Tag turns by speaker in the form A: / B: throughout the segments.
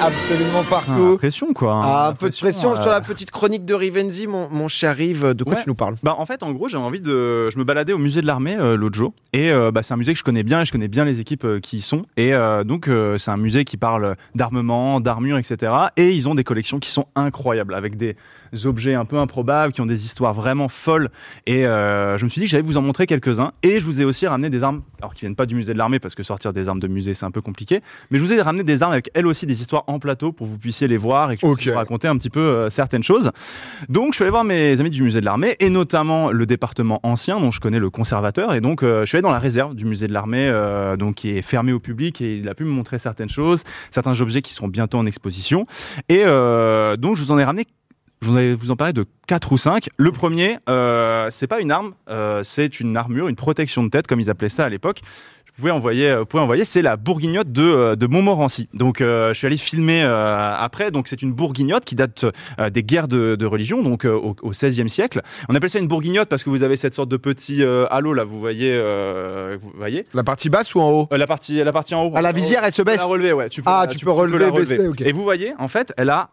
A: absolument
B: Ah,
A: partout.
B: pression, quoi. hein,
A: Ah, un peu de
B: pression,
A: pression
B: euh.
A: sur la petite chronique de Rivenzi, mon, mon cher Rive. De quoi
B: Ouais.
A: tu nous parles
B: Bah en fait en gros j'ai envie de je me baladais au musée de l'armée euh, l'autre jour et euh, bah, c'est un musée que je connais bien et je connais bien les équipes euh, qui y sont et euh, donc euh, c'est un musée qui parle d'armement d'armure etc et ils ont des collections qui sont incroyables avec des objets un peu improbables qui ont des histoires vraiment folles et euh, je me suis dit que j'allais vous en montrer quelques-uns et je vous ai aussi ramené des armes alors qui viennent pas du musée de l'armée parce que sortir des armes de musée c'est un peu compliqué mais je vous ai ramené des armes avec elles aussi des histoires en plateau pour que vous puissiez les voir et que je puisse
A: Ok.
B: vous raconter un petit peu euh, certaines choses donc, je suis allé voir mes amis du musée de l'armée et notamment le département ancien dont je connais le conservateur. Et donc, euh, je suis allé dans la réserve du musée de l'armée, euh, donc qui est fermée au public et il a pu me montrer certaines choses, certains objets qui seront bientôt en exposition. Et euh, donc, je vous en ai ramené. Je vous en ai- vous en parler de quatre ou cinq. Le premier, euh, c'est pas une arme, euh, c'est une armure, une protection de tête, comme ils appelaient ça à l'époque. Vous pouvez envoyer, euh, vous pouvez envoyer, c'est la bourguignotte de, euh, de Montmorency. Donc, euh, je suis allé filmer euh, après. Donc, c'est une bourguignotte qui date euh, des guerres de, de religion, donc euh, au, au XVIe siècle. On appelle ça une bourguignotte parce que vous avez cette sorte de petit euh, halo là, vous voyez, euh, vous voyez.
A: La partie basse ou en haut
B: Euh, la partie, la partie en haut.
A: À Ah, la visière, elle se
B: Tu peux
A: baisse.
B: la relever, ouais. Tu peux,
A: Ah,
B: la-
A: tu
B: tu
A: peux
B: peux la
A: relever,
B: relever.
A: baisser, ok.
B: Et vous voyez, en fait, elle a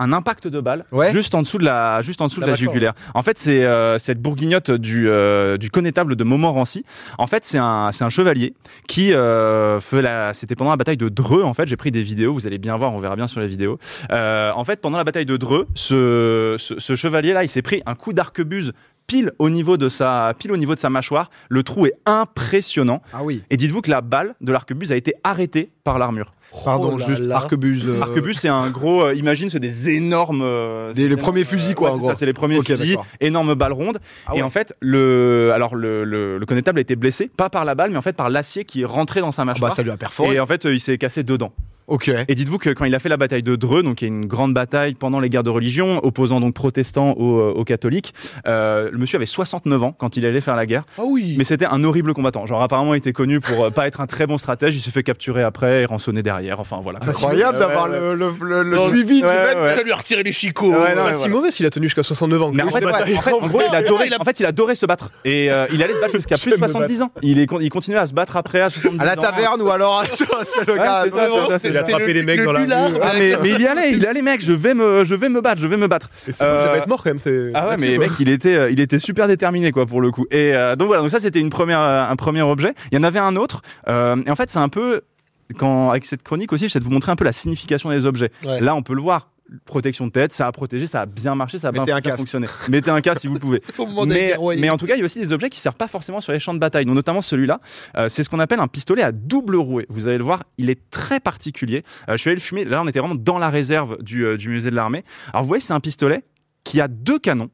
B: un impact de balle
A: Ouais.
B: juste en dessous de la juste en dessous
A: La
B: de la
A: mâchoire.
B: jugulaire. En fait, c'est euh, cette bourguignotte du euh, du connétable de Montmorency. En fait, c'est un c'est un chevalier qui euh, fait la c'était pendant la bataille de Dreux en fait, j'ai pris des vidéos, vous allez bien voir, on verra bien sur la vidéo. Euh, en fait, pendant la bataille de Dreux, ce ce, ce chevalier là, il s'est pris un coup d'arquebuse pile au niveau de sa pile au niveau de sa mâchoire, le trou est impressionnant
A: Ah oui.
B: et dites-vous que la balle de l'arquebuse a été arrêtée par l'armure.
A: Pardon,
C: Oh là
A: juste
C: là.
A: arquebuse. euh,
B: Arquebus, c'est un gros. euh, imagine, c'est des énormes. euh,
A: Des- les
B: énormes,
A: premiers
B: euh,
A: fusils, quoi,
B: ouais,
A: en
B: c'est
A: gros.
B: ça, c'est les premiers
A: Ok,
B: fusils,
A: d'accord.
B: énormes balles rondes.
A: Ah
B: et
A: ouais.
B: en fait, le, alors le, le, le connétable a été blessé, pas par la balle, mais en fait par l'acier qui est rentré dans sa
A: ah
B: mâchoire.
A: bah, ça lui a perforé.
B: et en fait, euh, il s'est cassé deux dents.
A: Ok.
B: Et dites-vous que quand il a fait la bataille de Dreux, donc qui est une grande bataille pendant les guerres de religion, opposant donc protestants aux, euh, aux catholiques, euh, le monsieur avait 69 ans quand il allait faire la guerre.
C: Ah oui.
B: Mais c'était un horrible combattant. Genre, apparemment, il était connu pour euh, pas être un très bon stratège. Il s'est fait capturer après et rançonner derrière. Enfin, voilà. quoi.
A: Incroyable
B: Ouais,
A: d'avoir
B: Ah bah, ouais.
A: le, le, le, le
B: Ouais,
A: suivi du
B: ouais,
A: mec.
B: ouais.
C: Ça lui a retiré les chicots.
B: Ouais,
C: C'est
B: non,
C: pas
B: mais
C: si
B: voilà.
C: mauvais s'il a tenu jusqu'à 69 ans.
B: Mais en
A: Oui,
B: fait,
A: c'est
B: ouais,
A: vrai.
B: en fait, en gros, il adorait, en fait, il adorait se battre. Et euh, il allait se battre jusqu'à plus de
C: J'aime me
B: 70 ans. Il, est, con- il continuait à se battre après à 70 ans.
A: À la taverne ou alors à- c'est le
B: Ouais,
A: gars.
B: c'est ça,
A: non,
B: c'est ça, c'est
C: Il a
B: ça.
C: attrapé les mecs dans la rue. hein.
B: Ah, mais, mais il y allait, il y allait, mec. Je vais me, je vais me battre, je vais me battre.
C: Et c'est bon,
B: Euh,
C: j'allais être mort quand même. c'est-
B: Ah ouais,
C: là-dessus,
B: mais
C: quoi.
B: mec, il était, euh, il était super déterminé quoi pour le coup. Et euh, donc voilà, donc ça c'était une première, euh, un premier objet. Il y en avait un autre. euh, et en fait, c'est un peu quand avec cette chronique aussi, j'essaie de vous montrer un peu la signification des objets.
C: Ouais.
B: Là, on peut le voir. Protection de tête, ça a protégé, ça a bien marché, ça a bien,
A: Mettez un
B: bien
A: casque.
B: fonctionné. Mettez un casque si vous le pouvez.
C: Au moment des
B: mais,
C: guerres, ouais,
B: mais en tout cas, il y a aussi des objets qui servent pas forcément sur les champs de bataille, donc notamment celui-là. Euh, c'est ce qu'on appelle un pistolet à double rouée. Vous allez le voir, il est très particulier. Euh, je suis allé le fumer. Là, on était vraiment dans la réserve du, euh, du musée de l'armée. Alors, vous voyez, c'est un pistolet qui a deux canons.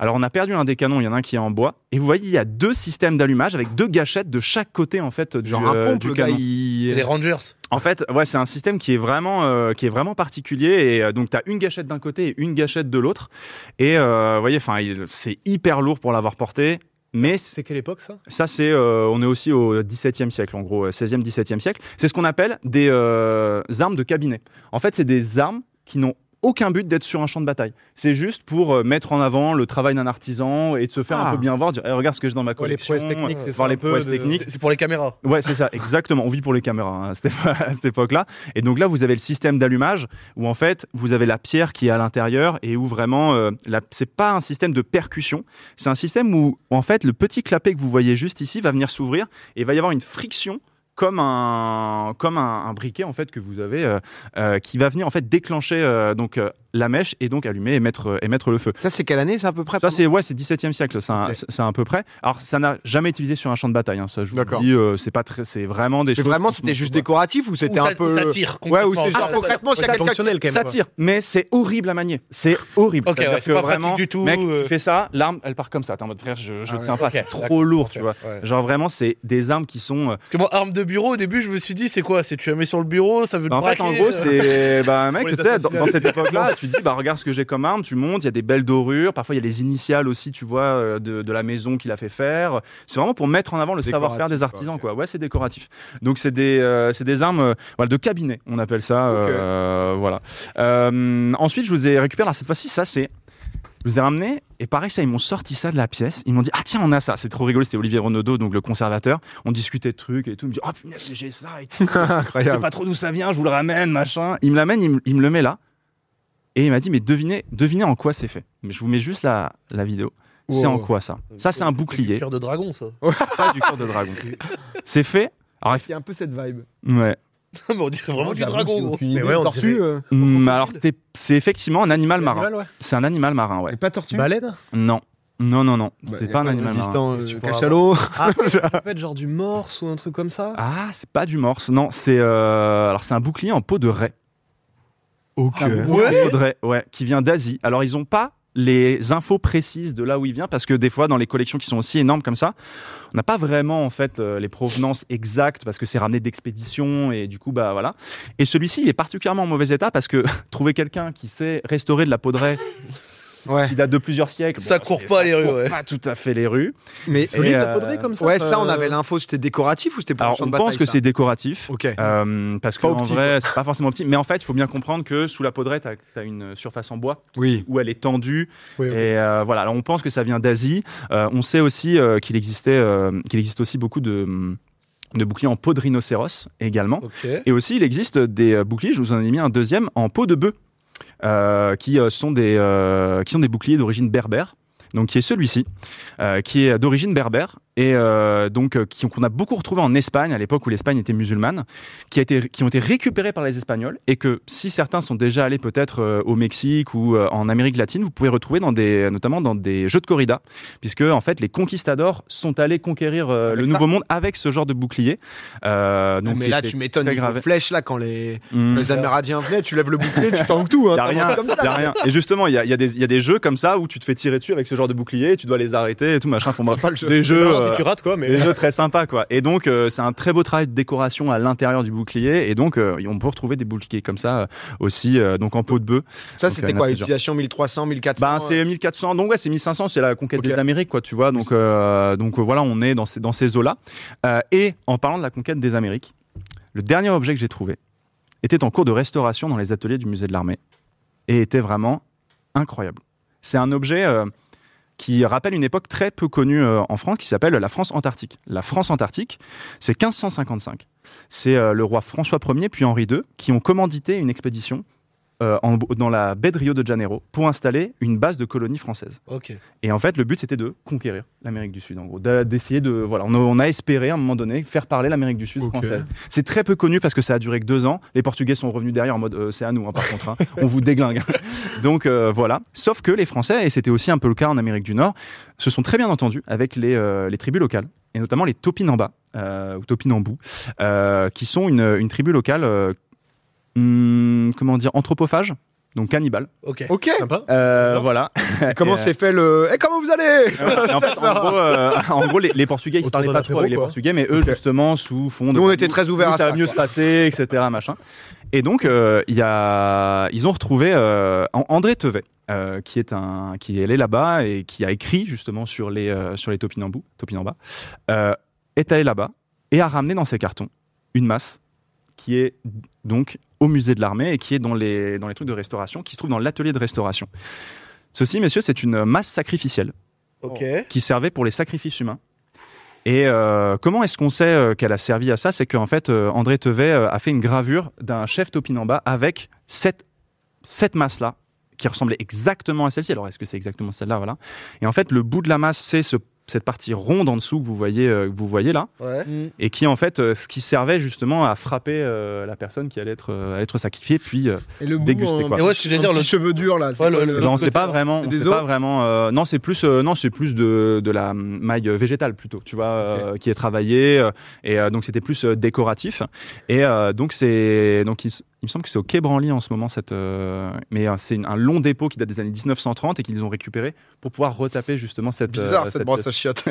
B: Alors, on a perdu un des canons. Il y en a un qui est en bois. Et vous voyez, il y a deux systèmes d'allumage avec deux gâchettes de chaque côté, en fait, du,
A: Genre un
B: euh,
A: pompe,
B: du
A: le gars,
B: canon.
A: il-
C: Les Rangers.
B: En fait, ouais, c'est un système qui est vraiment, euh, qui est vraiment particulier. Et euh, donc, tu as une gâchette d'un côté et une gâchette de l'autre. Et euh, vous voyez, enfin, il- c'est hyper lourd pour l'avoir porté. Mais c'est-
C: C'est quelle époque ça
B: ça, c'est, euh, on est aussi au XVIIe siècle, en gros, euh, 16e, XVIIe siècle. C'est ce qu'on appelle des euh, armes de cabinet. En fait, c'est des armes qui n'ont aucun but d'être sur un champ de bataille. C'est juste pour euh, mettre en avant le travail d'un artisan et de se faire
A: Ah.
B: un peu bien voir, dire Eh, regarde ce que j'ai dans ma collection, euh,
C: techniques, c'est
B: voir
C: ça,
B: les
C: un peu
B: prouesses
C: de-
B: techniques.
C: C'est c'est pour les caméras.
B: Ouais, c'est ça, exactement. On vit pour les caméras hein, à cette épo- à cette époque-là. Et donc là, vous avez le système d'allumage où en fait, vous avez la pierre qui est à l'intérieur et où vraiment, euh, la- c'est pas un système de percussion. C'est un système où en fait, le petit clapet que vous voyez juste ici va venir s'ouvrir et il va y avoir une friction comme un comme un, un briquet en fait que vous avez euh, euh, qui va venir en fait déclencher euh, donc euh, la mèche et donc allumer et mettre et mettre le feu.
A: Ça, c'est quelle année, c'est à peu près
B: Ça, c'est ouais, c'est 17e siècle, c'est un-
A: Ah, Ok.
B: c'est à peu près. Alors, ça n'a jamais utilisé sur un champ de bataille. hein, ça, je vous
A: D'accord.
B: le dis, euh, c'est pas très, c'est vraiment des
A: Mais
B: choses.
A: vraiment,
B: qu'on se
A: c'était
B: montre
A: juste
B: pas.
A: décoratif ou c'était
C: Ou
A: un
C: ça-
A: peu.
C: ou ça tire,
A: Ouais, ou
C: concrètement.
A: c'est
C: Ah,
A: genre
C: ça-
A: concrètement, s'il y a
C: ça-
A: quelqu'un qui.
C: fonctionnel quand même.
B: Ça
C: quoi.
B: tire, mais c'est horrible à manier. C'est horrible.
C: Ok,
B: C'est-à-dire
C: ouais, c'est pas pratique du tout,
B: Mec,
C: euh.
B: tu fais ça, l'arme, elle part comme ça. T'es en mode frère, je, je
A: Ah ouais.
B: tiens pas,
C: Ok,
B: c'est trop
C: d'accord.
B: lourd, tu vois.
C: Ouais.
B: Genre vraiment, c'est des armes qui sont. euh,
C: Parce que moi, arme de bureau, au début, je me suis dit, c'est quoi C'est tu la mets sur le bureau, ça veut
B: Bah, en fait,
C: braquer,
B: en gros,
C: euh,
B: c'est. Bah, mec,
C: les
B: tu sais, dans,
C: assassinats.
B: dans cette époque-là, tu dis, bah, regarde ce que j'ai comme arme, tu montes, il y a des belles dorures, parfois il y a les initiales aussi, tu vois, euh, de, de la maison qu'il a fait faire. C'est vraiment pour mettre en avant le
A: Décoratif,
B: savoir-faire des artisans,
A: ok.
B: quoi. Ouais, c'est décoratif. Donc, c'est des, euh, c'est des armes euh, voilà, de cabinet, on appelle ça.
A: Ok.
B: euh, voilà. Euh, ensuite, je vous ai récupéré, là, cette fois-ci, ça, c'est. Je vous ai ramené, et pareil, ça, ils m'ont sorti ça de la pièce. Ils m'ont dit, ah tiens, on a ça. C'est trop rigolo, c'était Olivier Renaudot, donc le conservateur. On discutait de trucs et tout. Il me dit, oh punaise, mais j'ai ça et tout. Je sais
A: Incroyable.
B: pas trop d'où ça vient, je vous le ramène, machin. Il me l'amène, il, me- il me le met là. Et il m'a dit, mais devinez, devinez en quoi c'est fait. Mais je vous mets juste la, la vidéo. C'est
A: Wow.
B: en quoi ça
C: euh,
B: Ça, c'est un bouclier,
C: Cœur de dragon, ça.
B: pas du cœur de dragon. C'est fait. Alors,
A: Il y a un peu cette vibe.
B: ouais.
C: Mais on dirait vraiment du
A: J'avoue,
C: dragon,
A: j'ai
C: gros.
A: aucune idée.
D: Mais ouais, on
A: tortue.
D: dirait-
A: euh,
B: Hum, alors, t'es- c'est effectivement un animal marin. C'est un animal marin, ouais.
A: mais pas tortue.
D: Baleine
B: Non. Non, non, non.
A: Bah,
B: C'est
A: y a
B: pas un
A: de
B: animal hein.
A: résistant,
B: marin.
A: euh,
D: Qu'est-ce que tu pourras
A: cachalot.
D: Ah, ça peut être genre du morse ou un truc comme ça.
B: Ah, c'est pas du morse. Non, c'est euh, alors c'est un bouclier en peau de raie.
A: Ok.
B: Un bouclier en peau de raie, ouais, qui vient d'Asie. Alors ils ont pas les infos précises de là où il vient parce que des fois dans les collections qui sont aussi énormes comme ça, on n'a pas vraiment en fait euh, les provenances exactes parce que c'est ramené d'expédition et du coup bah voilà. Et celui-ci, il est particulièrement en mauvais état parce que trouver quelqu'un qui sait restaurer de la peau de raie
A: Ouais.
B: qui date de plusieurs siècles,
C: Ça court pas
B: ça
C: les rues,
B: court
C: ouais.
B: Pas tout à fait les rues.
A: Mais
B: Et,
D: Solide la
B: euh,
D: poudrée comme ça.
A: ouais, ça, on
D: euh,
A: avait l'info. C'était décoratif ou c'était pour
B: Alors
A: le champ
B: on
A: de bataille
B: pense que
A: ça
B: c'est décoratif.
A: Ok.
B: Euh, parce que
A: Pas
B: en
C: hein.
A: optique,
B: vrai, c'est pas forcément petit. Mais en fait, il faut bien comprendre que sous la poudrette, t'as as une surface en bois
A: Oui.
B: où elle est tendue.
D: Oui, ok.
B: Et euh, voilà. Alors, on pense que ça vient d'Asie. Euh, on sait aussi euh, qu'il existait, euh, qu'il existe aussi beaucoup de de boucliers en peau de rhinocéros également.
C: Ok.
B: Et aussi, il existe des euh, boucliers. Je vous en ai mis un deuxième en peau de bœuf, euh, qui euh, sont des euh, qui sont des boucliers d'origine berbère. Donc, qui est celui-ci, euh, qui est d'origine berbère et euh, donc euh, qui- qu'on a beaucoup retrouvé en Espagne à l'époque où l'Espagne était musulmane, qui, a été, qui ont été récupérés par les Espagnols et que si certains sont déjà allés peut-être euh, au Mexique ou euh, en Amérique latine, vous pouvez retrouver dans des, notamment dans des jeux de corrida, puisque en fait les conquistadors sont allés conquérir euh,
A: Avec
B: le
A: ça
B: Nouveau Monde avec ce genre de bouclier. Euh, donc,
A: mais
B: qui
A: là,
B: était
A: tu m'étonnes.
B: très
A: les
B: grave.
A: flèches là, quand les,
B: Hmm.
A: les Amérindiens venaient, tu lèves le bouclier, tu tangues tout. Hein,
B: Y a rien,
A: Comme ça.
B: y a rien. Et justement, il y a, y a des- y a des jeux comme ça où tu te fais tirer dessus avec ce genre de bouclier, et tu dois les arrêter et tout machin. Font bref,
A: pas le jeu.
B: des jeux,
D: Alors,
B: euh,
D: si tu rates quoi, mais.
B: des jeux très sympas quoi. Et donc, euh, c'est un très beau travail de décoration à l'intérieur du bouclier. Et donc, euh, on peut retrouver des boucliers comme ça euh, aussi, euh, donc en peau de bœuf.
A: Ça,
B: Donc,
A: c'était
B: euh,
A: quoi
B: il y en a
A: Utilisation 1300, 1400
B: Ben,
A: euh,
B: c'est 1400, donc ouais, c'est 1500, c'est la conquête
A: Ok.
B: des Amériques, quoi, tu vois. Donc, euh, donc euh, voilà, on est dans ces, dans ces eaux-là. Euh, et en parlant de la conquête des Amériques, le dernier objet que j'ai trouvé était en cours de restauration dans les ateliers du musée de l'armée et était vraiment incroyable. C'est un objet euh, qui rappelle une époque très peu connue euh, en France qui s'appelle la France antarctique. La France antarctique, c'est 1555. C'est euh, le roi François Ier puis Henri II qui ont commandité une expédition euh, en- dans la baie de Rio de Janeiro pour installer une base de colonie française.
C: Ok.
B: Et en fait, le but c'était de conquérir l'Amérique du Sud, en gros, d'a- d'essayer de voilà, on a, on a espéré à un moment donné faire parler l'Amérique du Sud
A: Ok.
B: française. C'est très peu connu parce que ça a duré que deux ans. Les Portugais sont revenus derrière en mode euh, c'est à nous hein, par contre, hein. on vous déglingue. Donc euh, voilà. Sauf que les Français et c'était aussi un peu le cas en Amérique du Nord, se sont très bien entendus avec les, euh, les tribus locales et notamment les Topinamba euh, ou Topinambou, euh, qui sont une, une tribu locale, euh, hum, comment dire, anthropophage, donc cannibale.
C: Ok.
A: Ok.
D: Sympa.
B: Euh,
C: D'accord.
B: voilà.
A: Et comment
B: Et, euh,
A: s'est fait le. Eh, comment vous allez
B: Et en, fait, en gros, euh, en gros, les, les Portugais, ils se
D: Autour
B: parlaient
D: de
B: pas trop
D: l'apéro,
B: avec les
D: quoi.
B: Portugais, mais eux,
A: Ok.
B: justement, sous fond de.
A: Nous, on était très ouverts
B: nous,
A: à
B: ça.
A: ça,
B: va mieux
A: quoi.
B: se passer, etc. Machin. Et donc, euh, il y a, ils ont retrouvé euh, An- André Tevet. euh, qui est un qui est allé là-bas et qui a écrit justement sur les euh, sur les topinambous topinambas euh, est allé là-bas et a ramené dans ses cartons une masse qui est donc au musée de l'armée et qui est dans les dans les trucs de restauration qui se trouve dans l'atelier de restauration ceci messieurs c'est une masse sacrificielle
C: Ok.
B: qui servait pour les sacrifices humains. Et euh, comment est-ce qu'on sait euh, qu'elle a servi à ça C'est qu'en fait, euh, André Tevet euh, a fait une gravure d'un chef topinamba avec cette, cette masse-là, qui ressemblait exactement à celle-ci. Alors, est-ce que c'est exactement celle-là voilà. Et en fait, le bout de la masse, c'est ce- cette partie ronde en dessous que vous voyez, euh, que vous voyez là,
C: Ouais.
B: et qui, en fait, euh, ce qui servait justement à frapper euh, la personne qui allait être, euh, allait être sacrifiée, puis... euh,
A: Et le
B: bout, Dégusté, en- quoi.
C: Et ouais, ce que j'allais dire, le-
A: cheveux durs là. c'est
C: Ouais, le-
A: quoi,
C: le-
A: le-
B: non,
C: l'autre
B: c'est
C: côté,
B: pas
C: là.
B: vraiment. Eh ben, on
A: Des
B: sait
A: os
B: pas vraiment. euh, non, c'est plus. euh, non, c'est plus de, de la hum, maille végétale plutôt. Tu vois, euh, qui est travaillée. euh, et euh, donc c'était plus euh, décoratif. Et euh, donc c'est donc il, s- il me semble que c'est au Quai Branly en ce moment cette. euh, mais euh, c'est une- un long dépôt qui date des années 1930 et qu'ils ont récupéré pour pouvoir retaper justement cette.
A: Bizarre
B: euh,
A: cette brosse à
B: pièce.
A: chiottes.
C: Tu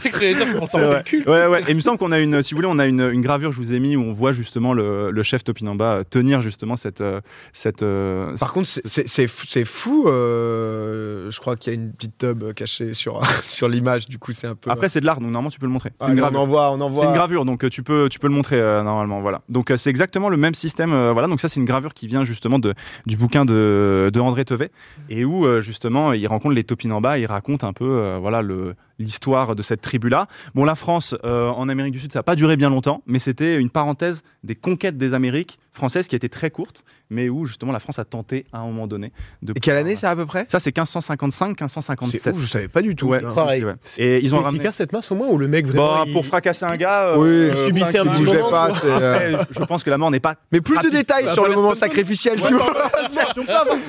C: sais que j'allais dire, c'est pour
B: C'est
C: t'en
B: vrai.
C: le cul.
B: Ouais, ouais. Et il me semble qu'on a une, si vous voulez, on a une, une gravure que je vous ai mis où on voit justement le, le chef Topinamba euh, tenir justement cette, euh, cette, euh,
A: Par contre, c'est- c'est c'est fou. c'est fou, euh, je crois qu'il y a une petite tub cachée sur, sur l'image, du coup, c'est un peu.
B: Après, c'est de l'art, donc normalement, tu peux le montrer. C'est
A: Ah,
B: une
A: on
B: gravure.
A: en voit, on en
B: C'est une
A: voit.
B: gravure, donc euh, tu peux, tu peux le montrer euh, normalement. Voilà. Donc euh, c'est exactement le même système euh, voilà, donc ça, c'est une gravure qui vient justement de, du bouquin de, de André Tevet, et où euh, justement, il rencontre les Topinambas, il raconte un peu, euh, voilà, le l'histoire de cette tribu-là. Bon, la France, euh, en Amérique du Sud, ça n'a pas duré bien longtemps, mais c'était une parenthèse des conquêtes des Amériques françaises qui était très courte, mais où justement la France a tenté à un moment donné de...
A: Et quelle
B: pouvoir-
A: année ça à peu près
B: Ça, c'est 1555,
A: C'est
B: 1557.
A: ouf, je savais pas du tout.
B: Ouais,
A: hein.
C: Pareil.
B: Ouais. Et ils ont ramené.
D: efficace cette masse au moins ou le mec vraiment
B: Bah,
D: il-
B: pour fracasser un gars.
A: Oui,
B: euh,
C: subissait
B: pas
A: Il
C: un
B: qu'il
C: petit
B: bougeait
A: bougeait
C: moment,
A: pas, c'est, euh,
B: Après, je pense que la mort n'est pas.
A: Mais plus de
B: Rapide.
A: détails
B: Ça
A: sur
B: va
A: le
B: pas
A: moment
B: être
A: sacrificiel, s'il vous plaît.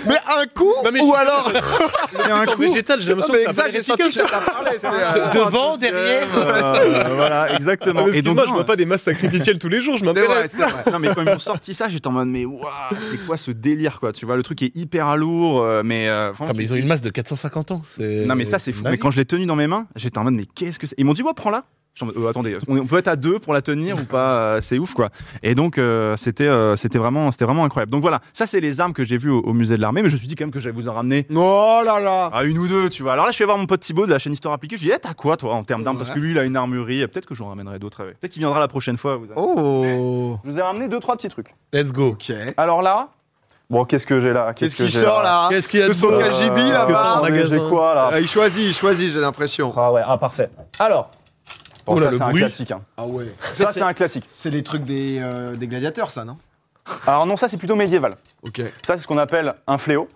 A: Mais un coup
C: Non, mais
A: ou
C: je-
A: alors
B: C'est un
C: En
B: coup.
C: végétal, j'ai
A: Non,
C: l'impression
A: mais
C: que ça
A: exact, j'ai senti que ça parlait. c'est, euh,
C: De- devant, derrière.
B: Euh, voilà, exactement.
D: Et donc, moi, je
B: non,
D: vois pas des masses sacrificielles tous les jours, je
A: C'est vrai,
D: m'intéresse.
A: c'est vrai.
B: non, mais quand ils m'ont sorti ça, j'étais en mode, mais waouh, c'est quoi ce délire, quoi Tu vois, le truc est hyper lourd, euh, mais euh, franchement,
C: Ah, mais ils ont euh, une masse de 450 ans. c'est-
B: Non, mais ça, c'est fou. Mais
C: dingue.
B: quand je l'ai tenu dans mes mains, j'étais en mode, mais qu'est-ce que c'est Ils m'ont dit, bon, prends-la. J'étais en mode, Euh, attendez, on on peut être à deux pour la tenir ou pas euh, C'est ouf, quoi. Et donc, euh, c'était euh, c'était vraiment, c'était vraiment incroyable. Donc voilà, ça, c'est les armes que j'ai vues au, au musée de l'armée, mais je me suis dit quand même que j'allais vous en ramener.
A: Oh là là
B: À Ah, une ou deux, tu vois. Alors là, je vais voir mon pote Thibaut de la chaîne Histoire Appliquée. Je lui dis, eh, t'as quoi, toi, en termes d'armes Parce que lui, il a une armurerie. Peut-être que j'en ramènerai d'autres avec. Peut-être qu'il viendra la prochaine fois. Vous
A: Oh
B: Je vous ai ramené deux, trois petits trucs.
C: Let's go.
A: Ok.
B: Alors là, bon, qu'est-ce que j'ai là
A: Qu'est-ce qui
B: j'ai
A: sort là
C: Qu'est-ce qu'il y a
A: De
C: de
A: son
C: beau
A: 4 GB là-bas
B: attendez, J'ai quoi là
A: Ah, Il choisit, il choisit, j'ai l'impression.
B: Euh, Ah ouais, ah parfait. Alors, bon,
C: Oh là,
B: ça
C: le
B: c'est un
C: bruit.
B: classique. hein.
A: Ah ouais.
B: Ça c'est un classique.
A: C'est les trucs des, euh, des gladiateurs, ça, non
B: Alors non, ça c'est plutôt médiéval.
A: Ok.
B: Ça c'est ce qu'on appelle un fléau.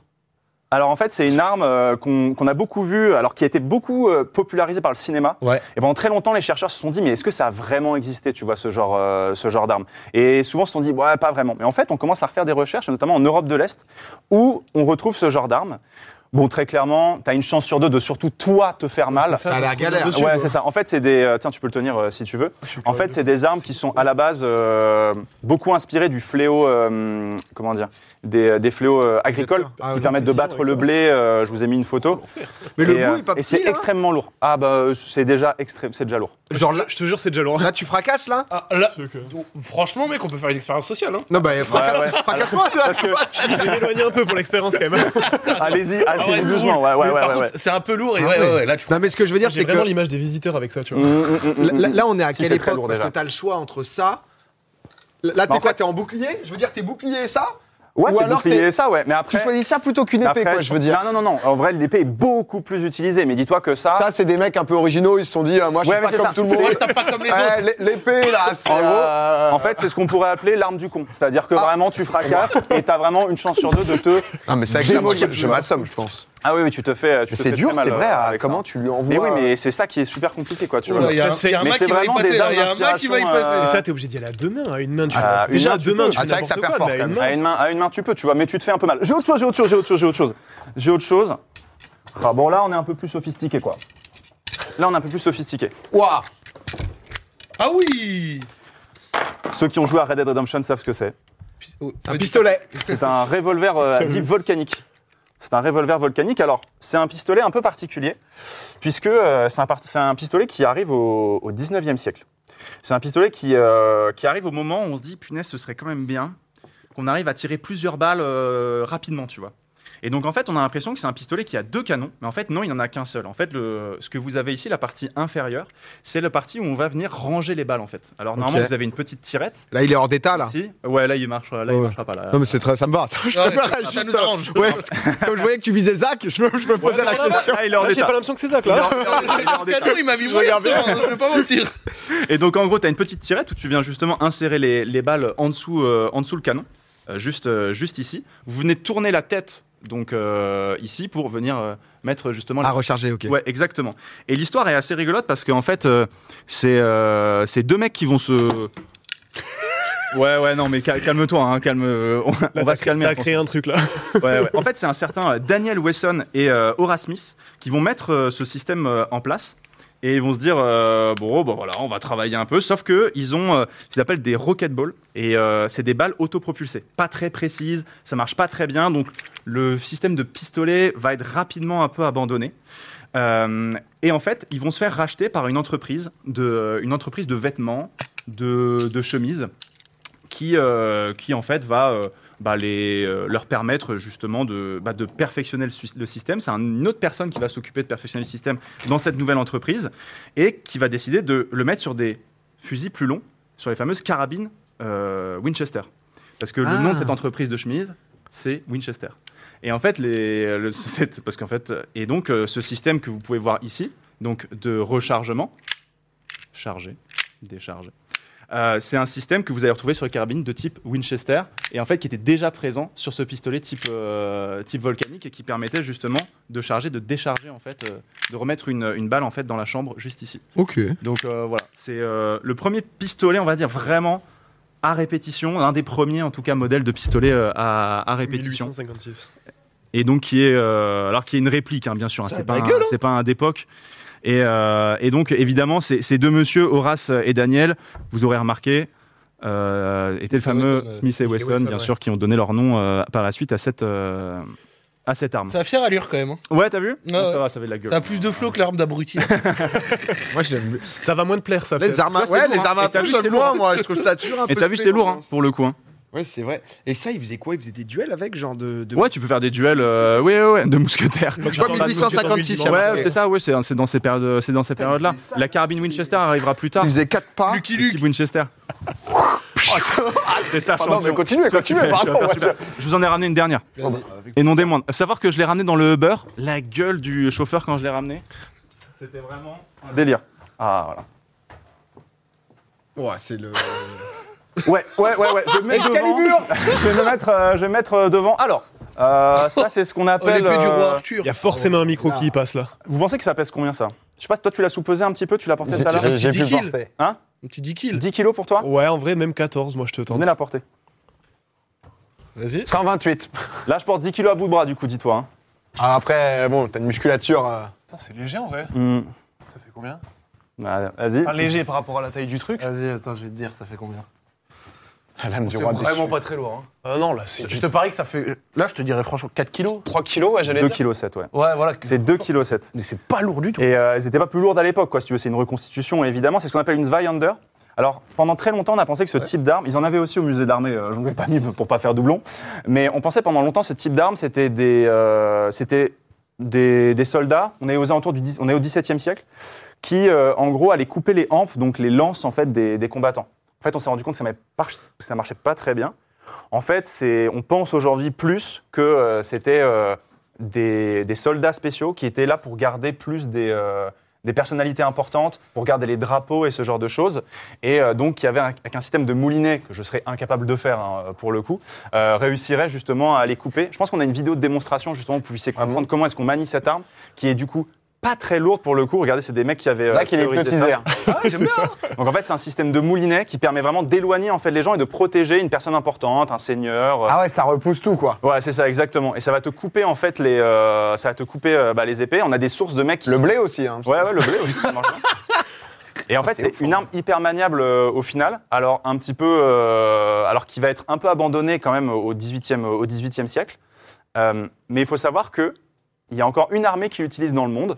B: Alors en fait, c'est une arme euh, qu'on qu'on a beaucoup vue, alors qui a été beaucoup euh, popularisée par le cinéma.
C: Ouais.
B: Et pendant très longtemps, les chercheurs se sont dit, mais est-ce que ça a vraiment existé, tu vois, ce genre, euh, ce genre d'arme Et souvent, se sont dit, ouais, pas vraiment. Mais en fait, on commence à refaire des recherches, notamment en Europe de l'Est, où on retrouve ce genre d'arme. Bon, très clairement, t'as une chance sur deux de surtout toi te faire mal.
A: Ça a l'air galère.
D: Dessus,
B: ouais,
D: quoi.
B: c'est ça. En fait, c'est des. euh, tiens, tu peux le tenir euh, si tu veux. En fait, c'est des armes qui sont à la base euh, beaucoup inspirées du fléau. euh, comment dire Des, des fléaux euh, agricoles
A: Ah,
B: qui
A: oui,
B: permettent de battre le blé. euh, je vous ai mis une photo.
A: Mais le
B: Et,
A: bout
B: euh,
A: est pas hein.
B: Et c'est
A: petit, là
B: extrêmement lourd. Ah, bah, euh, c'est déjà, extré- c'est déjà lourd.
A: Genre là,
D: Je te jure, c'est déjà loin.
A: là, tu fracasses, là
C: Ah, là, franchement, mec, on peut faire une expérience sociale. Hein.
A: Non, bah, fracasse-
B: ouais.
A: fracasse-moi, là
B: Parce que-
D: Je vais m'éloigner un peu pour l'expérience quand même.
B: Allez-y,
C: Ah ouais,
B: allez-y
C: c'est
B: doucement.
C: cool.
B: Ouais, ouais,
C: Mais
B: ouais,
C: par
B: ouais.
C: contre, C'est un peu lourd et
A: Ah
C: ouais,
A: ouais.
C: ouais, ouais, là, tu
A: Non, mais ce que je veux dire,
D: J'ai
A: c'est que
D: vraiment
A: là,
D: l'image des visiteurs avec ça, tu
B: Mm,
D: vois.
B: mm, mm, mm, mm.
A: là, on est à
B: Si,
A: quelle
B: c'est très
A: époque
B: lourd,
A: Parce
B: déjà.
A: que t'as le choix entre ça. Là,
B: Bah, en
A: t'es quoi
B: fait-
A: T'es en bouclier Je veux dire, t'es bouclier et ça
B: Ouais,
A: Ou
B: t'es
A: alors
B: bouclier,
A: t'es-
B: ça, ouais. Mais après.
E: Tu choisis ça plutôt qu'une épée,
B: après,
E: quoi, je veux dire.
B: Non, non, non, non. En vrai, l'épée est beaucoup plus utilisée. Mais dis-toi que ça.
E: Ça, c'est des mecs un peu originaux, ils se sont dit, euh, moi, je
B: Ouais,
E: suis
B: mais
E: pas
B: c'est
E: comme
B: ça.
E: tout le
B: C'est-
E: monde.
C: vois, je tape pas comme les autres.
E: Eh, l'é- L'épée, là, c'est.
B: En gros,
E: euh,
B: En fait, c'est ce qu'on pourrait appeler l'arme du con. C'est-à-dire que vraiment, tu fracasses et t'as vraiment une chance sur deux de te.
A: Ah,
E: Non, mais c'est avec ça, moi, je
B: démolir.
E: je m'assomme, je pense.
B: Ah oui, oui, tu te fais. Tu
E: Mais
B: te
E: c'est
B: fais
E: dur,
B: très mal,
E: c'est vrai,
B: euh,
E: à-
B: avec
E: comment
B: ça.
E: tu lui envoies.
A: Eh
B: Mais oui,
E: euh,
B: mais c'est ça qui est super compliqué, quoi. Tu vois.
C: Oula, Il y a
D: Ça
C: un-
D: se fait.
C: il y a un
B: Mais
C: mec
B: c'est
C: qui va y
B: vraiment des
C: passer. là,
B: armes
C: Il y a un mec qui va y
B: d'inspiration,
C: passer.
B: euh,
D: Et ça, t'es obligé d'y aller à deux mains, à une main. Tu
B: Ah, une
D: fais- Déjà,
B: main,
D: à
B: tu
D: deux
B: peux.
D: mains, tu
E: Ah,
D: fais
E: c'est vrai que ça perd
D: n'importe quoi,
E: fort,
D: mais à
E: quand
D: une
E: même.
D: main,
B: À une main, à une main, tu peux, tu vois. Mais tu te fais un peu mal. J'ai autre chose, j'ai autre chose, j'ai autre chose, j'ai autre chose, j'ai autre chose. Ah, bon, là, on est un peu plus sophistiqué, quoi. Là, on est un peu plus sophistiqué.
E: Ouah
C: Ah oui
B: Ceux qui ont joué à Red Dead Redemption savent ce que c'est.
E: euh,
A: Un pistolet
B: C'est un revolver euh, dit volcanique. C'est un revolver volcanique. Alors, c'est un pistolet un peu particulier, puisque euh, c'est un, par- c'est un pistolet qui arrive au, au 19e siècle. C'est un pistolet qui, euh, qui arrive au moment où on se dit, punaise, ce serait quand même bien qu'on arrive à tirer plusieurs balles euh, rapidement, tu vois. Et donc, en fait, on a l'impression que c'est un pistolet qui a deux canons, mais en fait, non, il n'en a qu'un seul. En fait, le, ce que vous avez ici, la partie inférieure, c'est la partie où on va venir ranger les balles, en fait. Alors, normalement,
A: Ok.
B: vous avez une petite tirette.
A: Là, il est hors d'état, là.
B: Ici. Ouais, là, il marche, là, il
A: Ouais.
B: marchera pas. Là.
A: Non, mais c'est très, ça me va. ça, je
C: Ouais,
A: préfère
C: ça
A: juste,
C: nous
A: euh,
C: arrange.
A: Ouais, parce que comme je voyais que tu visais Zach, je me, je me posais la
C: non, non,
A: question.
B: Ah, il est hors
D: Là, j'ai
B: d'état.
D: pas l'impression que c'est ça, là.
C: Le cadeau, il m'a mis moyen, ça, hein, je vais pas mentir.
B: Et donc en gros, tu as une petite tirette où tu viens justement insérer les, les balles en dessous, euh, en dessous le canon, euh, juste, euh, juste ici. Vous venez de tourner la tête donc euh, ici pour venir euh, mettre justement
D: Ah,
B: la
A: À Ah, recharger, ok.
B: Ouais, exactement. Et l'histoire est assez rigolote parce qu'en fait, euh, c'est euh, c'est deux mecs qui vont se. Ouais, ouais, non, mais cal- calme-toi, hein, calme. euh, On, on va se calmer.
D: T'as
B: attention.
D: créé un truc, là.
B: Ouais, ouais. En fait, c'est un certain euh, Daniel Wesson et euh, Horace Smith qui vont mettre euh, ce système euh, en place. Et ils vont se dire, euh, bon, bon, voilà, on va travailler un peu. Sauf que ils ont euh, ce qu'ils appellent des rocket balls. Et euh, c'est des balles autopropulsées. Pas très précises, ça marche pas très bien. Donc le système de pistolet va être rapidement un peu abandonné. Euh, et en fait, ils vont se faire racheter par une entreprise de, une entreprise de vêtements, de, de chemises, qui, euh, qui en fait va euh, bah, les, euh, leur permettre justement de, bah, de perfectionner le, sus- le système. C'est un- une autre personne qui va s'occuper de perfectionner le système dans cette nouvelle entreprise et qui va décider de le mettre sur des fusils plus longs, sur les fameuses carabines euh, Winchester. Parce que
A: Ah.
B: le nom de cette entreprise de chemise, c'est Winchester. Et en fait, les, euh, le- c'est- parce qu'en fait, et donc euh, ce système que vous pouvez voir ici, donc de rechargement, chargé, déchargé. euh, c'est un système que vous allez retrouver sur les carabines de type Winchester et en fait qui était déjà présent sur ce pistolet type, euh, type volcanique et qui permettait justement de charger, de décharger en fait, euh, de remettre une, une balle en fait dans la chambre juste ici.
A: Ok.
B: Donc euh, voilà, c'est euh, le premier pistolet, on va dire vraiment à répétition, l'un des premiers en tout cas modèles de pistolet euh, à, à répétition.
D: 1856.
B: Et donc qui est euh, alors qui est une réplique, hein, bien sûr, hein,
A: Ça a
B: c'est
A: de
B: pas
A: la
B: un-
A: gueule, hein.
B: c'est pas un d'époque. Et, euh, et donc évidemment, ces, ces deux messieurs, Horace et Daniel, vous aurez remarqué. euh, étaient
F: Smith
B: le
F: et
B: fameux
F: Wesson, euh,
B: Smith et
D: Smith et
B: Wesson,
D: Wesson,
B: bien
D: ouais.
B: sûr, qui ont donné leur nom euh, par la suite à cette, euh, à cette arme.
C: Ça a fière allure quand même. hein.
B: Ouais, t'as vu
C: ouais.
B: Ça va, ça avait de la gueule.
C: Ça a plus de flow que l'arme d'abruti. là.
A: Moi, j'aime.
D: Ça va moins de plaire, ça.
A: Les
D: peut-être.
A: armes, à-
B: c'est
A: ouais,
B: lourd,
A: les
B: hein.
A: armes à
B: Et t'as
A: feu,
B: vu,
A: j'aime
B: c'est lourd,
A: moins,
B: hein.
A: moi. Je trouve ça toujours un peu.
B: Et t'as vu, c'est lourd hein, pour le coup. hein.
E: Ouais, c'est vrai. Et ça, ils faisaient quoi Ils faisaient des duels avec, genre de. de-
B: Ouais, tu peux faire des duels, euh, oui, oui, oui, de mousquetaires.
A: Je crois
D: J'entends pas de
A: 1856,
D: mousquetaire dans
A: il y a
D: le
B: Ouais,
A: marqué.
B: c'est ça, ouais, c'est c'est dans ces périodes, c'est dans ces périodes-là.
E: c'est ça.
B: La carabine Winchester arrivera plus tard.
E: Ils faisaient 4 pas.
A: Ah.
B: Le type Winchester. Oh, Ah, c'est ça,
E: Pardon, mais
B: champion.
E: continuez,
B: Toi, tu
E: continuez,
B: fais- tu vas
E: pardon.
B: faire super. Je vous en ai ramené une dernière, et non des moindres. Savoir que je l'ai ramené dans le beurre, la gueule du chauffeur quand je l'ai ramené. C'était vraiment un délire. Ah voilà.
A: Ouais, c'est le.
B: Ouais, ouais, ouais, ouais. Je mets
E: Excalibur
B: Je vais me mettre, euh, je vais me mettre euh, devant. Alors, euh, ça c'est ce qu'on
C: Oh, l'épée
B: appelle.
C: du
B: euh,
C: roi Arthur.
D: Il y a forcément un micro qui y passe là.
B: Vous pensez que ça pèse combien ça Je sais pas, toi tu l'as sous-pesé un petit peu, tu l'as porté tout à l'heure.
C: j'ai- j'ai plus parfait.
B: Hein
C: Un petit 10 kills.
B: 10 kilos pour toi
D: Ouais, en vrai, même 14, moi je te tente.
B: Venez la porter.
C: Vas-y.
E: 128.
B: Là, je porte 10 kilos à bout de bras, du coup, dis-toi. hein.
E: Ah, après, bon, t'as une musculature. euh,
G: Putain, c'est léger en vrai.
B: Hmm.
G: Ça fait combien
B: Ah, hein. Vas-y.
G: Enfin, léger par rapport à la taille du truc.
F: Vas-y, attends, je vais te dire, ça fait combien
E: La lame du
G: C'est
E: roi des
G: vraiment
E: chutes.
F: Pas très lourd. hein.
G: Ah non, là, c'est
F: Je te parie que ça fait. Là, je te dirais franchement 4 kilos.
G: 3 kilos, ouais, j'allais
B: 2
G: dire.
B: kg 7, ouais.
F: Ouais, voilà.
B: C'est 2 kg 7.
F: Mais c'est pas lourd du tout.
B: Et euh, elles n'étaient pas plus lourdes à l'époque, quoi, si tu veux. C'est une reconstitution, et évidemment. C'est ce qu'on appelle une Zweihander. Alors, pendant très longtemps, on a pensé que ce type d'arme, ils en avaient aussi au musée d'armée, euh, je ne vous l'ai pas mis pour pas faire doublon, mais on pensait pendant longtemps ce type d'arme, c'était des, euh, c'était des, des soldats, on est aux alentours du 10 on est au XVIIe siècle, qui euh, en gros allaient couper les hampes, donc les lances en fait des, des combattants. En fait, on s'est rendu compte que ça ne ça marchait pas très bien. En fait, c'est, on pense aujourd'hui plus que euh, c'était euh, des, des soldats spéciaux qui étaient là pour garder plus des, euh, des personnalités importantes, pour garder les drapeaux et ce genre de choses. Et euh, donc, il y avait un, avec un système de moulinet que je serais incapable de faire hein, pour le coup, euh, réussirait justement à les couper. Je pense qu'on a une vidéo de démonstration justement pour que vous puissiez comprendre comment est-ce qu'on manie cette arme, qui est du coup pas très lourde pour le coup. Regardez, c'est des mecs qui avaient. euh,
E: Zach, il est
B: théorisé ça.
E: hypnotisé. hein.
B: Donc en fait, c'est un système de moulinet qui permet vraiment d'éloigner en fait les gens et de protéger une personne importante, un seigneur. euh,
E: Ah ouais, ça repousse tout, quoi.
B: voilà, c'est ça exactement. Et ça va te couper en fait les, euh, ça va te couper euh, bah, les épées. On a des sources de mecs. Qui
E: Le
B: sont-
E: blé aussi, hein.
B: Ouais, ouais, le blé aussi, ça marche bien. Et en fait, c'est une arme hyper maniable euh, au final. Alors un petit peu, euh, alors qui va être un peu abandonnée quand même au 18e au 18e siècle. Euh, mais il faut savoir que il y a encore une armée qui l'utilise dans le monde,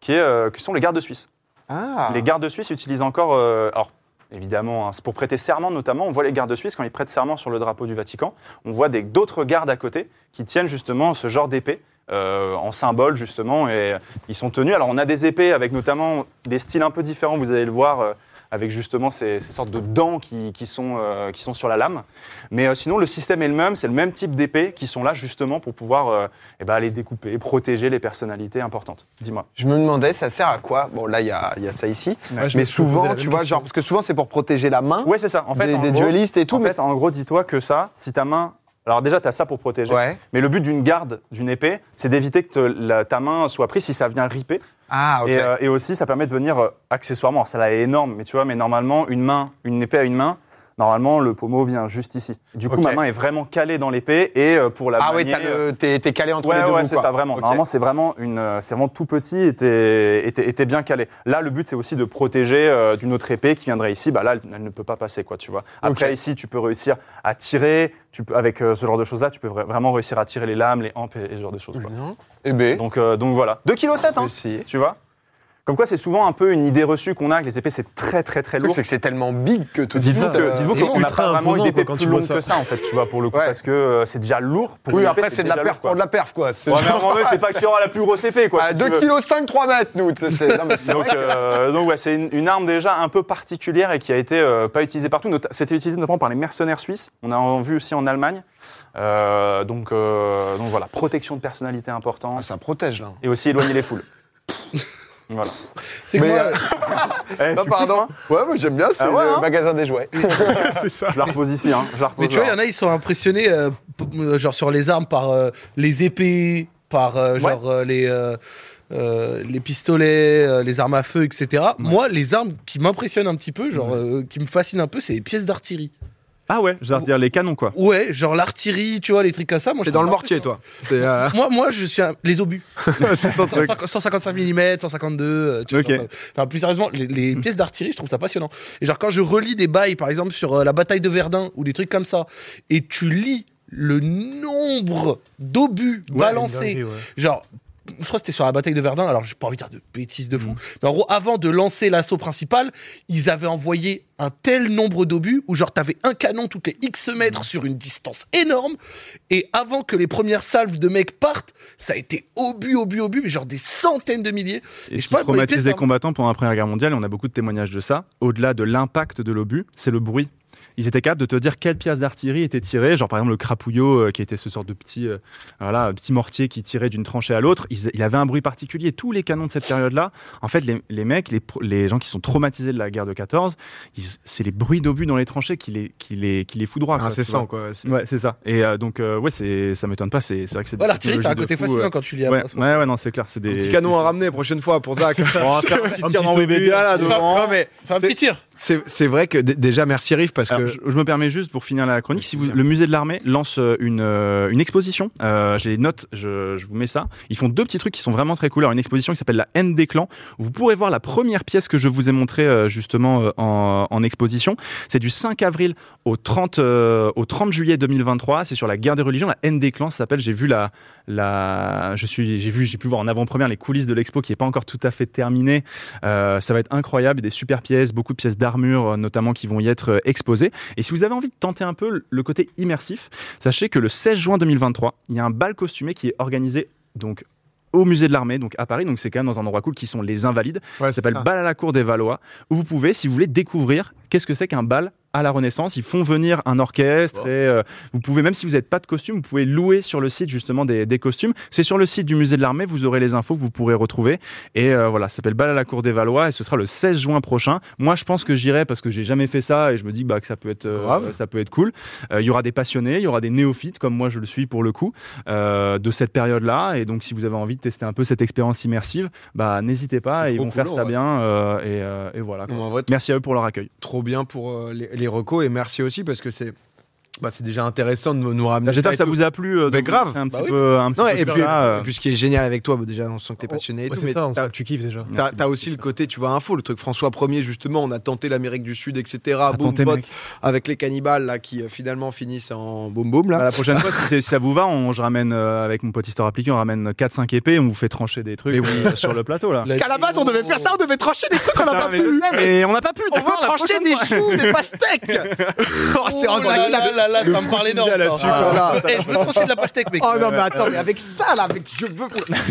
B: qui est, euh, qui sont les gardes suisses.
E: Ah.
B: Les gardes suisses utilisent encore. euh, alors, évidemment, hein, c'est pour prêter serment notamment. On voit les gardes suisses, quand ils prêtent serment sur le drapeau du Vatican, on voit des- d'autres gardes à côté qui tiennent justement ce genre d'épée. euh, en symbole justement et euh, ils sont tenus alors on a des épées avec notamment des styles un peu différents vous allez le voir euh, avec justement ces, ces sortes de dents qui, qui sont, euh, qui sont sur la lame mais euh, sinon le système est le même c'est le même type d'épée qui sont là justement pour pouvoir euh, eh ben, les découper protéger les personnalités importantes dis-moi
E: Je me demandais, ça sert à quoi Bon, là, il y a, il y a ça ici.
D: Ouais, je
E: mais
D: me posais la
E: souvent,
D: même
E: tu vois,
D: question.
E: genre, parce que souvent, c'est pour protéger la main
B: ouais c'est ça en fait
E: des,
B: en
E: des
B: gros-
E: duellistes et tout.
B: en
E: mais
B: fait, en gros, dis-toi que ça, si ta main. Alors déjà, tu as ça pour protéger.
E: ouais.
B: Mais le but d'une garde, d'une épée, c'est d'éviter que te- la- ta main soit prise si ça vient riper.
E: Ah, ok.
B: Et, euh, et aussi, ça permet de venir euh, accessoirement. Alors, ça là est énorme, mais tu vois, mais normalement, une main, une épée à une main. Normalement, le pommeau vient juste ici. Du coup,
E: Ok.
B: ma main est vraiment calée dans l'épée et euh, pour la
E: ah ouais,
B: manier,
E: t'as le- t'es t'es calé entre les
B: Ouais,
E: deux
B: ouais,
E: bouts,
B: c'est
E: quoi.
B: ça, vraiment.
E: Ok.
B: Normalement, c'est vraiment, une, euh, c'est vraiment tout petit et t'es et t'es- et t'es bien calé. Là, le but, c'est aussi de protéger euh, d'une autre épée qui viendrait ici. Bah, là, elle, elle ne peut pas passer, quoi, tu vois. Après,
E: Ok.
B: ici, tu peux réussir à tirer. Tu peux, avec euh, ce genre de choses-là, tu peux vra- vraiment réussir à tirer les lames, les hampes et, et ce genre de choses. quoi.
E: Eh ben,
B: Donc, euh, donc voilà. 2,7 kg, hein,
E: aussi.
B: tu vois. Comme quoi, c'est souvent un peu une idée reçue qu'on a que les épées, c'est très très très
A: Le truc,
B: lourd.
A: c'est que c'est tellement big que tout de
B: Dites-vous
A: suite, euh,
B: que- dites-vous
D: c'est
B: qu'on n'a
D: ultra
B: pas vraiment une
D: imposant,
B: épée
D: quoi, quand
B: plus
D: tu vois
B: longue
D: ça.
B: que ça, en fait, tu vois, pour le coup,
A: Ouais.
B: parce que euh, c'est déjà lourd. Pour
A: Oui,
B: une
A: après,
B: épée,
A: c'est de la
B: déjà
A: perf
B: lourd,
A: pour de la perf, quoi. C'est
B: quoi. Ouais, mais à un
A: genre-
B: moment donné, c'est pas qui aura la plus grosse épée, quoi.
A: Ah,
B: si tu
A: 2
B: veux.
A: kg 5, 3 mètres, nous. tu sais, c'est- non, mais c'est
B: Donc,
A: vrai que-
B: euh, donc ouais, c'est une, une arme déjà un peu particulière et qui a été euh, pas utilisée partout. Nota- C'était utilisé notamment par les mercenaires suisses. On a en vu aussi en Allemagne. Euh, donc, euh, donc voilà, protection de personnalité
A: Ah,
B: importante
A: ça protège, là.
B: et aussi éloigner les foules. voilà.
C: Tu sais que
A: Mais,
C: moi,
A: euh,
B: Eh,
A: Non,
B: tu
E: Ah,
A: pardon.
B: kiffes, hein
A: Ouais, moi, j'aime bien, c'est
B: Ah ouais,
A: le
B: hein
A: magasin des jouets.
D: c'est ça.
B: je la repose ici. Hein. Je la repose
C: mais tu vois, il y
B: là.
C: en a, ils sont impressionnés, euh, p- euh, genre sur les armes, par euh, les épées, par euh, genre euh, les. euh, euh, les pistolets, euh, les armes à feu, etc. Moi, les armes qui m'impressionnent un petit peu, genre euh, qui me fascinent un peu, c'est les pièces d'artillerie.
B: Ah ouais, je veux dire les canons quoi.
C: Ouais, genre l'artillerie, tu vois, les trucs comme ça. Moi,
H: T'es
C: je
H: dans
C: trouve
H: le
C: ça
H: mortier, toi. T'es, euh,
C: impressionnant. Moi, moi, je suis un- les obus.
H: c'est ton truc.
C: 155 mm, 152. euh, Tu vois,
B: Ok.
C: genre, enfin, plus sérieusement, les, les pièces d'artillerie, je trouve ça passionnant. Et genre, quand je relis des bails, par exemple, sur euh, la bataille de Verdun ou des trucs comme ça, et tu lis le nombre d'obus balancés, genre. Je crois que c'était sur la bataille de Verdun, alors j'ai pas envie de dire de bêtises de
B: Mhm.
C: fou. Mais en gros, avant de lancer l'assaut principal, ils avaient envoyé un tel nombre d'obus où, genre, t'avais un canon toutes les X
B: Mhm.
C: mètres sur une distance énorme. Et avant que les premières salves de mecs partent, ça a été obus, obus, obus, mais genre des centaines de milliers.
B: Et
C: Je
B: ce
C: sais pas,
B: qui
C: pour les
B: traumatise les
C: tests, hein.
B: combattants pendant la Première Guerre mondiale, et on a beaucoup de témoignages de ça, au-delà de l'impact de l'obus, c'est le bruit. Ils étaient capables de te dire quelle pièce d'artillerie était tirée, genre par exemple le crapouillot euh, qui était ce sorte de petit, euh, voilà, un petit mortier qui tirait d'une tranchée à l'autre, ils- il avait un bruit particulier. Tous les canons de cette période-là, en fait, les, les mecs, les, pro- les gens qui sont traumatisés de la guerre de 14, ils- c'est les bruits d'obus dans les tranchées qui les, qui les, qui les foudroient. quoi, tu vois.
H: Incessant, quoi. Ah, c'est-
B: Ouais, c'est ça. Et euh, donc, euh, ouais, c'est- ça m'étonne pas, c'est c'est vrai que c'est des
C: Voilà, l'artillerie, c'est un côté
B: technologies de fou,
C: fascinant
B: euh.
C: quand tu lis
B: Ouais,
C: après.
B: ouais, ouais, non, c'est clair, c'est
H: Un
B: des. Oh,
H: petit canon à ramener prochaine fois pour Zach.
B: On va faire un petit
D: Un
B: tir
D: petit
B: en
D: obus.
B: VBA là
C: Enfin,
B: devant.
H: Non, mais
C: Enfin, un petit tir.
H: c'est c'est vrai que d- déjà, merci Riff, parce
B: Alors,
H: que.
B: je, je me permets juste pour finir la chronique, si vous- le musée de l'armée lance euh, une, euh, une exposition, euh, j'ai les notes, je, je vous mets ça. Ils font deux petits trucs qui sont vraiment très cool. Alors, une exposition qui s'appelle la haine des clans. Vous pourrez voir la première pièce que je vous ai montrée euh, justement euh, en, en exposition. C'est du 5 avril au 30, euh, au 30 juillet 2023. C'est sur la guerre des religions, la haine des clans. Ça s'appelle. J'ai vu la, la, je suis, j'ai vu, j'ai pu voir en avant-première les coulisses de l'expo qui est pas encore tout à fait terminée. Euh, ça va être incroyable, des super pièces, beaucoup de pièces d'armure euh, notamment qui vont y être euh, exposées. Et si vous avez envie de tenter un peu le- le côté immersif, sachez que le 16 juin 2023, il y a un bal costumé qui est organisé donc au musée de l'armée, donc à Paris, donc c'est quand même dans un endroit cool qui sont les invalides.
H: Ouais,
B: Ça s'appelle
H: ah.
B: Bal à la cour des Valois, où vous pouvez, si vous voulez, découvrir qu'est-ce que c'est qu'un bal à la Renaissance. Ils font venir un orchestre et euh, vous pouvez, même si vous n'êtes pas de costume, vous pouvez louer sur le site justement des, des costumes. C'est sur le site du musée de l'armée, vous aurez les infos que vous pourrez retrouver. Et euh, voilà, ça s'appelle Bal à la cour des Valois et ce sera le 16 juin prochain. Moi, je pense que j'irai parce que j'ai jamais fait ça et je me dis bah, que ça peut être, euh,
H: Grave.
B: ça peut être cool. Euh, Il y aura des passionnés, il y aura des néophytes comme moi je le suis pour le coup euh, de cette période-là. Et donc, si vous avez envie de tester un peu cette expérience immersive, bah n'hésitez pas,
H: C'est
B: ils
H: trop
B: vont faire
H: cool,
B: ça
H: ouais.
B: bien euh, et, euh, et voilà. quoi.
H: Non, en vrai,
B: Merci à eux pour leur accueil.
H: trop bien pour euh, les, les recos et merci aussi parce que c'est bah, c'est déjà intéressant de nous- nous ramener
B: Bah, J'espère
H: ça et
B: que ça
H: tout.
B: vous a plu. euh, de
H: Mais
B: vous
H: grave.
B: montrer Un petit
C: Bah oui.
B: peu, un petit
H: non,
B: peu
H: et,
B: tout
H: puis,
B: ça, euh.
H: et puis ce qui est génial avec toi bah, déjà on sent que t'es
D: Oh,
H: passionné et
D: Ouais,
H: tout
D: c'est
H: mais
D: ça, on
H: t'as-
D: sent que tu kiffes déjà.
H: T'as t'as aussi le côté, tu vois, info, le truc François 1er, justement, on a tenté l'Amérique du Sud, etc.
B: À
H: Boom,
B: tenter,
H: bot,
B: mec.
H: avec les cannibales, là, qui euh, finalement finissent en boum boum,
B: Bah,
H: là.
B: la prochaine fois, si, c'est- si ça vous va, on, je ramène euh, avec mon petit histoire appliqué, on ramène 4-5 épées, on vous fait trancher des trucs
H: Mais oui.
B: euh, sur le plateau là.
C: La-
H: Parce qu'à la base, on devait faire ça, on devait trancher des trucs qu'on n'a
B: Putain,
H: pas
B: Ah, mais je
H: pu.
B: sais, mais on n'a pas pu.
H: On veut
B: d'accord, la
H: trancher
B: prochaine
H: des
B: fois.
H: choux, des pastèques. oh, c'est
C: Oh
H: oh,
C: là là là là, ça me parle énorme.
B: là-dessus,
C: ça.
H: quoi. Voilà.
C: Eh, je veux trancher de la pastèque, mec.
H: Oh non, mais attends, mais avec ça, là, avec je veux.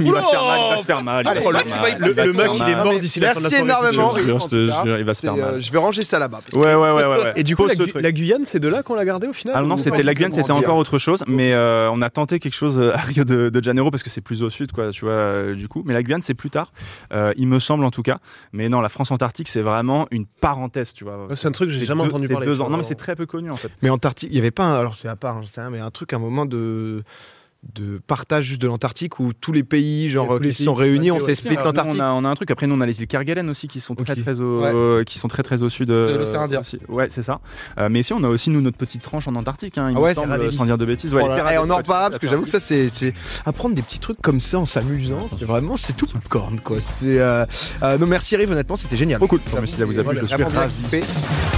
B: Il va se faire mal, il va se faire mal. il va se
H: Allez,
B: faire
H: le
B: mal,
H: mec,
C: il va y
B: il va
D: Le,
B: se
D: le
B: faire
D: mec, il est
B: mal.
D: mort d'ici la fin de la
H: Merci
D: soirée, c'est
H: énormément,
D: sûr.
B: Je te jure, je te
H: Riff, en tout
B: jure, il va se
H: C'est,
B: faire
H: euh,
B: mal.
H: je vais ranger ça là-bas.
B: Ouais, ouais, ouais, ouais, ouais.
D: Et du coup,
B: Pose
D: la,
B: ce
D: Gu-
B: truc.
D: la Guyane, c'est de là qu'on l'a gardé au final
B: Alors Ah non,
D: ou-
B: c'était la Guyane, c'était
H: comment dire.
B: encore autre chose, mais euh, on a tenté quelque chose euh, à Rio de, de Janeiro parce que c'est plus au sud, quoi, tu vois, euh, du coup. Mais la Guyane, c'est plus tard, euh, il me semble en tout cas. Mais non, la France antarctique, c'est vraiment une parenthèse, tu vois.
D: Ouais, C'est un truc que j'ai
B: C'est
D: jamais
B: deux-
D: entendu
B: c'est
D: parler.
B: deux ans. Non, mais c'est très peu connu en fait.
H: Mais Antarctique, il n'y avait pas, un- alors c'est à part, hein, je sais rien, mais un truc, un moment de de partage juste de l'Antarctique où tous les pays genre
D: Il y a tous
H: qui
D: les
H: se sont
D: pays.
H: réunis, on
D: Ouais,
H: s'est split
B: Alors, nous,
H: l'Antarctique.
B: on, a, on a un truc. Après, nous, on a les îles Kerguelen aussi qui sont très
H: Ok.
B: très au qui sont très très au sud euh,
C: De l'océan Indien.
B: aussi. Ouais, c'est ça. Euh, mais ici, on a aussi nous notre petite tranche en Antarctique. Hein, il
H: Ah
B: me
H: ouais,
B: semble,
H: Terra Deli.
B: sans dire de bêtises. Ouais,
H: Oh là
B: les
H: là,
B: Terra
H: et
B: Deli,
H: on en
B: ouais, tout
H: reparlera
B: à
H: parce que
B: fait.
H: j'avoue que ça c'est c'est- apprendre des petits trucs comme ça en s'amusant, c'est vraiment c'est tout popcorn quoi. C'est euh, euh, non merci Rive honnêtement c'était génial.
B: Trop cool. Merci si ça vous a plu. Je suis
H: Vraiment bien
B: ravi.
H: kiffé.